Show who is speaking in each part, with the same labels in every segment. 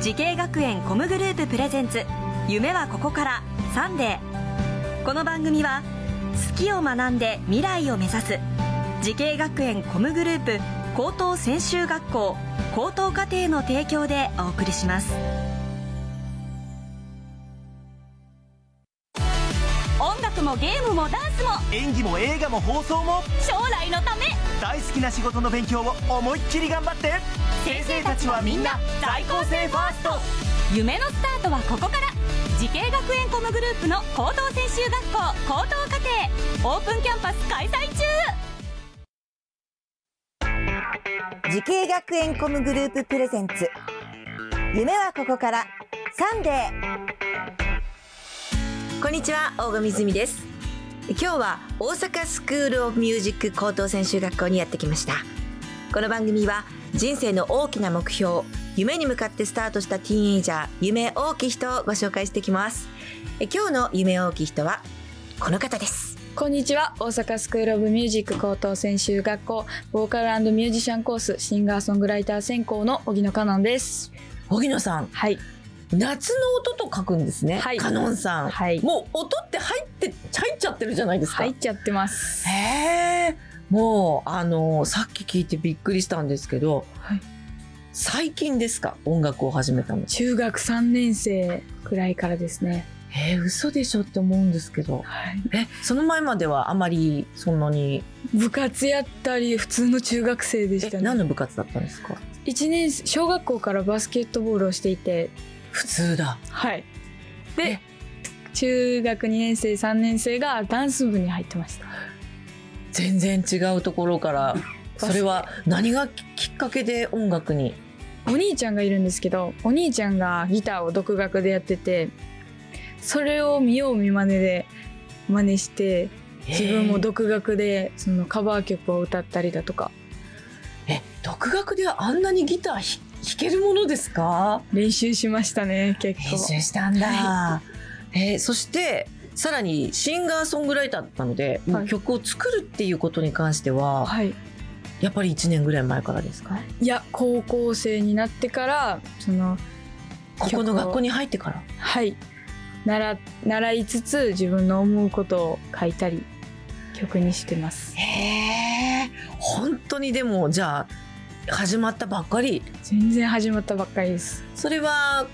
Speaker 1: 慈恵学園コムグループプレゼンツ夢はここからサンデーこの番組は好きを学んで未来を目指す慈恵学園コムグループ高等専修学校高等課程の提供でお送りします
Speaker 2: 音楽もゲームもダンスも
Speaker 3: 演技も映画も放送も
Speaker 2: 将来のため
Speaker 3: 大好きな仕事の勉強を思いっきり頑張って
Speaker 2: 先生たちはみんな
Speaker 3: 在校生ファースト
Speaker 2: 夢のスタートはここから慈恵学園コムグループの高等専修学校高等課程オープンキャンパス開催中
Speaker 4: 慈恵学園コムグループプレゼンツ夢はここからサンデーこんにちは大上泉です今日は大阪スクールオブミュージック高等専修学校にやってきましたこの番組は人生の大きな目標夢に向かってスタートしたティーンエイジャー夢大きい人をご紹介していきますえ今日の夢大きい人はこの方です
Speaker 5: こんにちは大阪スクール・オブ・ミュージック高等専修学校ボーカルミュージシャンコースシンガーソングライター専攻の荻野香音です
Speaker 4: 荻野さん
Speaker 5: はい
Speaker 4: 夏の音と書くんですね
Speaker 5: はい
Speaker 4: かのんさん
Speaker 5: はい
Speaker 4: もう音って入って入っちゃってるじゃないですか。
Speaker 5: 入っちゃってます
Speaker 4: へえ。もうあのさっき聞いてびっくりしたんですけど、
Speaker 5: はい
Speaker 4: 最近ですか音楽を始めたの。
Speaker 5: 中学3年生くらいからですね
Speaker 4: えー、嘘でしょって思うんですけど。えその前まではあまりそんなに。
Speaker 5: 部活やったり普通の中学生でし
Speaker 4: え
Speaker 5: た
Speaker 4: 何
Speaker 5: ね
Speaker 4: の部活だったんですか。
Speaker 5: 一年生小学校からバスケットボールをしていて
Speaker 4: 普通だ。
Speaker 5: はいで中学2年生3年生がダンス部に入ってました
Speaker 4: 全然違うところ から。
Speaker 5: ケ
Speaker 4: それは何がきっかけで音楽に。
Speaker 5: お兄ちゃんがいるんですけどお兄ちゃんがギターを独学でやっててそれを見よう見まねで真似して自分も独学でそのカバー曲を歌ったりだとか
Speaker 4: えーえ独学であんなにギターひ弾けるものですか。
Speaker 5: 練習しましたね結
Speaker 4: 編
Speaker 5: 構
Speaker 4: 集したんだ、えーそしてさらにシンガーソングライターだったので、もう
Speaker 5: はい
Speaker 4: 曲を作るっていうことに関しては、
Speaker 5: はい
Speaker 4: やっぱり1年ぐらい前からですか
Speaker 5: いや高校生になってからその
Speaker 4: ここの
Speaker 5: 曲を
Speaker 4: 学校に入ってから
Speaker 5: はい習習いつつ自分の思うことを書いたり曲にしてます
Speaker 4: へえ本当にでもじゃあ始まったばっかり
Speaker 5: 全然始まったばっかりです
Speaker 4: それは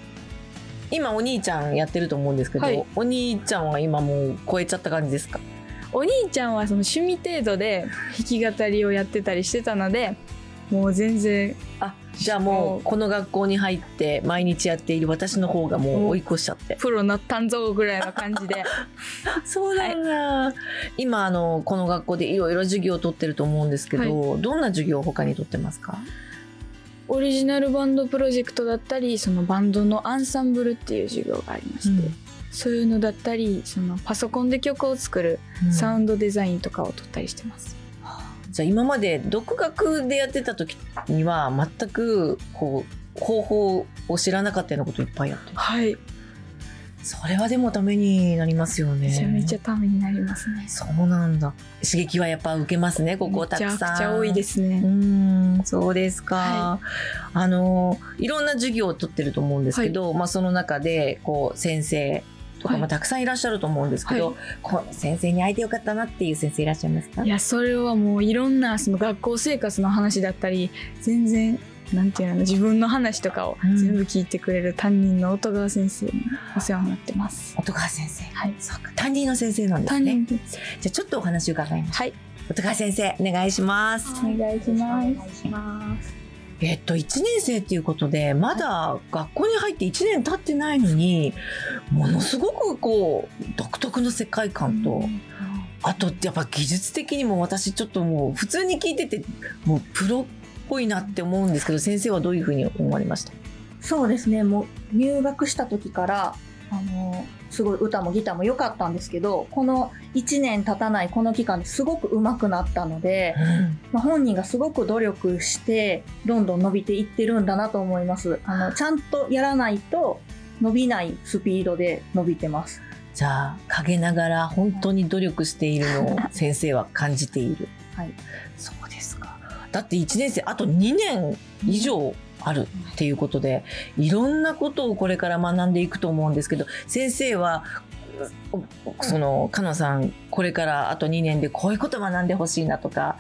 Speaker 4: 今お兄ちゃんやってると思うんですけど、
Speaker 5: はい
Speaker 4: お兄ちゃんは今もう超えちゃった感じですか
Speaker 5: お兄ちゃんはその趣味程度で弾き語りをやってたりしてたのでもう全然
Speaker 4: あじゃあもうこの学校に入って毎日やっている私の方がもう追い越しちゃって
Speaker 5: プロになったんぞぐらいの感じで
Speaker 4: そうなんだ、今あのこの学校でいろいろ授業を取ってると思うんですけど、どんな授業を他に取ってますか
Speaker 5: オリジナルバンドプロジェクトだったりそのバンドのアンサンブルっていう授業がありまして、そういうのだったりそのパソコンで曲を作るサウ
Speaker 4: ン
Speaker 5: ンドデザインとかを取ったりしてます、
Speaker 4: じゃあ今まで独学でやってた時には全くこう方法を知らなかったようなこといっぱいやってる
Speaker 5: はい
Speaker 4: それはでもためになりますよね
Speaker 5: めちゃめちゃためになりますね
Speaker 4: そうなんだ刺激はやっぱ受けますねここたく
Speaker 5: めちゃ
Speaker 4: さん
Speaker 5: くちゃ多いです
Speaker 4: う
Speaker 5: ね、
Speaker 4: ーんそうですか、あのいろんな授業を取ってると思うんですけど、まあ、その中でこう先生とか
Speaker 5: は
Speaker 4: も
Speaker 5: い
Speaker 4: たくさんいらっしゃると思うんですけど、
Speaker 5: は
Speaker 4: この先生に会えてよかったなっていう先生いらっしゃいますか
Speaker 5: いやそれはもういろんなその学校生活の話だったり全然なんていうの自分の話とかを
Speaker 4: うん
Speaker 5: 全部聞いてくれる担任の音川先生にお世話になってます、
Speaker 4: 音川先生
Speaker 5: はい
Speaker 4: そうか担任の先生なんです
Speaker 5: 担任
Speaker 4: ね
Speaker 5: です
Speaker 4: じゃあちょっとお話伺いましょ
Speaker 5: はいう
Speaker 4: 音川先生お願いします
Speaker 5: お願いします
Speaker 4: えっと1年生っていうことでまだ学校に入って1年経ってないのにものすごくこう独特の世界観と、あとやっぱ技術的にも私ちょっともう普通に聞いててもうプロっぽいなって思うんですけど先生はどういうふうに思われました
Speaker 6: そうですね、もう入学した時から、あの、すごい歌もギターも良かったんですけど、この1年経たないこの期間ですごく上手くなったので、まあ、本人がすごく努力して、どんどん伸びていってるんだなと思います。あの、ちゃんとやらないと伸びないスピードで伸びてます。
Speaker 4: じゃあ陰ながら本当に努力しているのを先生は感じている
Speaker 6: はい
Speaker 4: そうですかだって1年生あと2年以上あるっていうことで、いろんなことをこれから学んでいくと思うんですけど、先生は、おその、かのさん、これからあと2年でこういうこと学んでほしいなとか、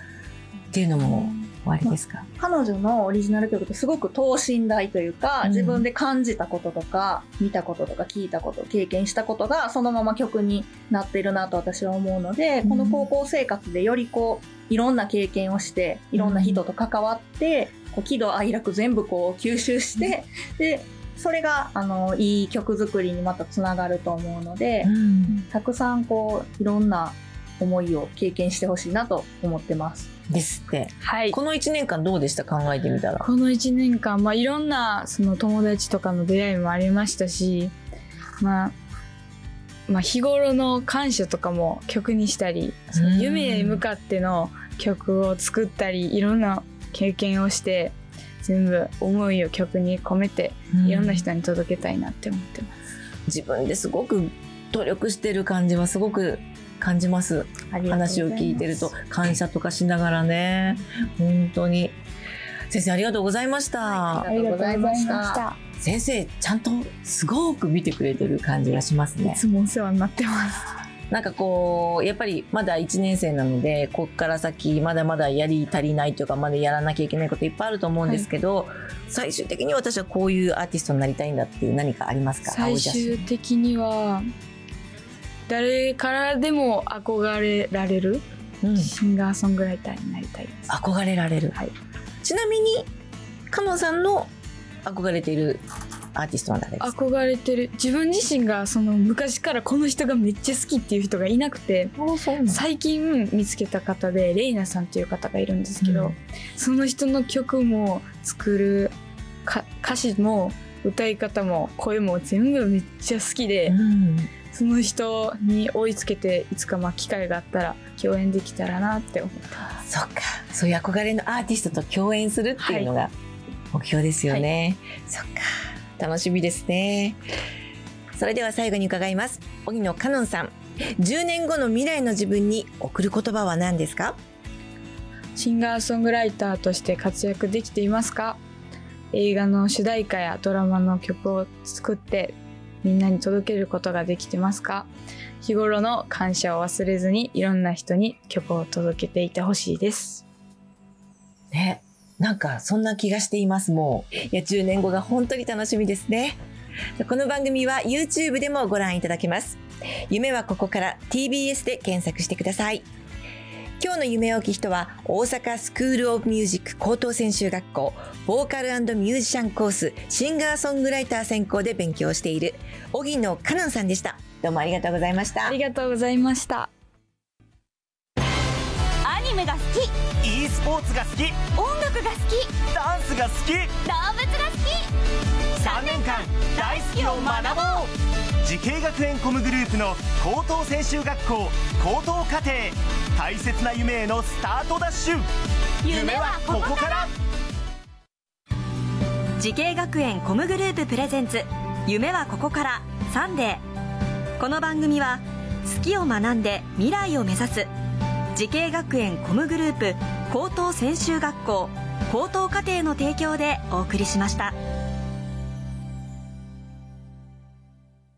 Speaker 4: っていうのもおありですか、
Speaker 6: 彼女のオリジナル曲ってすごく等身大というか、
Speaker 4: うん
Speaker 6: 自分で感じたこととか見たこととか聞いたこと経験したことがそのまま曲になっているなと私は思うので、
Speaker 4: うん
Speaker 6: この高校生活でよりこういろんな経験をしていろんな人と関わって、こう喜怒哀楽全部こう吸収して、でそれがあのいい曲作りにまたつながると思うので、たくさんこういろんな思いを経験してほしいなと思ってます。
Speaker 4: ですって。
Speaker 5: はい
Speaker 4: この1年間どうでした考えてみたら。
Speaker 5: この1年間、まあ、いろんなその友達とかの出会いもありましたし、まあまあ、日頃の感謝とかも曲にしたりその夢へ向かっての曲を作ったりいろんな経験をして全部思いを曲に込めていろんな人に届けたいなって思ってます。
Speaker 4: 自分ですごく努力してる感じはすごく感じます話を聞いてると感謝とかしながらね本当に先生ありがとうございました、
Speaker 6: はいありがとうございました
Speaker 4: 先生ちゃんとすごく見てくれてる感じがします
Speaker 5: い
Speaker 4: ね
Speaker 5: つもお世話になってます。
Speaker 4: なんかこうやっぱりまだ1年生なのでこっから先まだまだやり足りないというかまだやらなきゃいけないこといっぱいあると思うんですけど、最終的に私はこういうアーティストになりたいんだっていう何かありますか
Speaker 5: 最終的には誰からでも憧れられる
Speaker 4: 青い写真
Speaker 5: シンガーソングライターになりたいです。
Speaker 4: うん、憧れられる
Speaker 5: はい、
Speaker 4: ちなみに、かのんさんの憧れているアーティストは誰ですか
Speaker 5: 憧れてる自分自身がその昔からこの人がめっちゃ好きっていう人がいなくて最近見つけた方でレイナさんっていう方がいるんですけど、
Speaker 4: うん
Speaker 5: その人の曲も作るか歌詞も歌い方も声も全部めっちゃ好きで、
Speaker 4: うん
Speaker 5: その人に追いつけていつかまあ機会があったら共演できたらなって思って
Speaker 4: そっか。そういう憧れのアーティストと共演するっていうのが目標ですよね。そっか。楽しみですね。それでは最後に伺います。荻野かのんさん。10年後の未来の自分に送る言葉は何ですか
Speaker 5: シンガーソングライターとして活躍できていますか映画の主題歌やドラマの曲を作ってみんなに届けることができてますか日頃の感謝を忘れずにいろんな人に曲を届けていてほしいです。
Speaker 4: ね。なんか、そんな気がしています、もう。いや、10年後が本当に楽しみですね。この番組は YouTube でもご覧いただけます。夢はここから TBS で検索してください。今日の夢大きい人は、大阪スクールオブミュージック高等専修学校、ボーカルミュージシャンコース、シンガーソングライター専攻で勉強している、荻野かなンさんでした。どうもありがとうございました
Speaker 5: あ。りがとうございました。
Speaker 2: アニメが好き
Speaker 3: e スポーツが好き
Speaker 2: 音楽が好き
Speaker 3: ダンスが好き
Speaker 2: 動物が好き
Speaker 3: 3年間大好きを学ぼう慈恵学園コムグループの高等専修学校高等課程大切な夢へのスタートダッシュ夢はここから
Speaker 1: 時系学園コムグループプレゼンツ夢はここからサンデーこの番組は好きを学んで未来を目指す時系学園コムグループ高等専修学校高等課程の提供でお送りしました。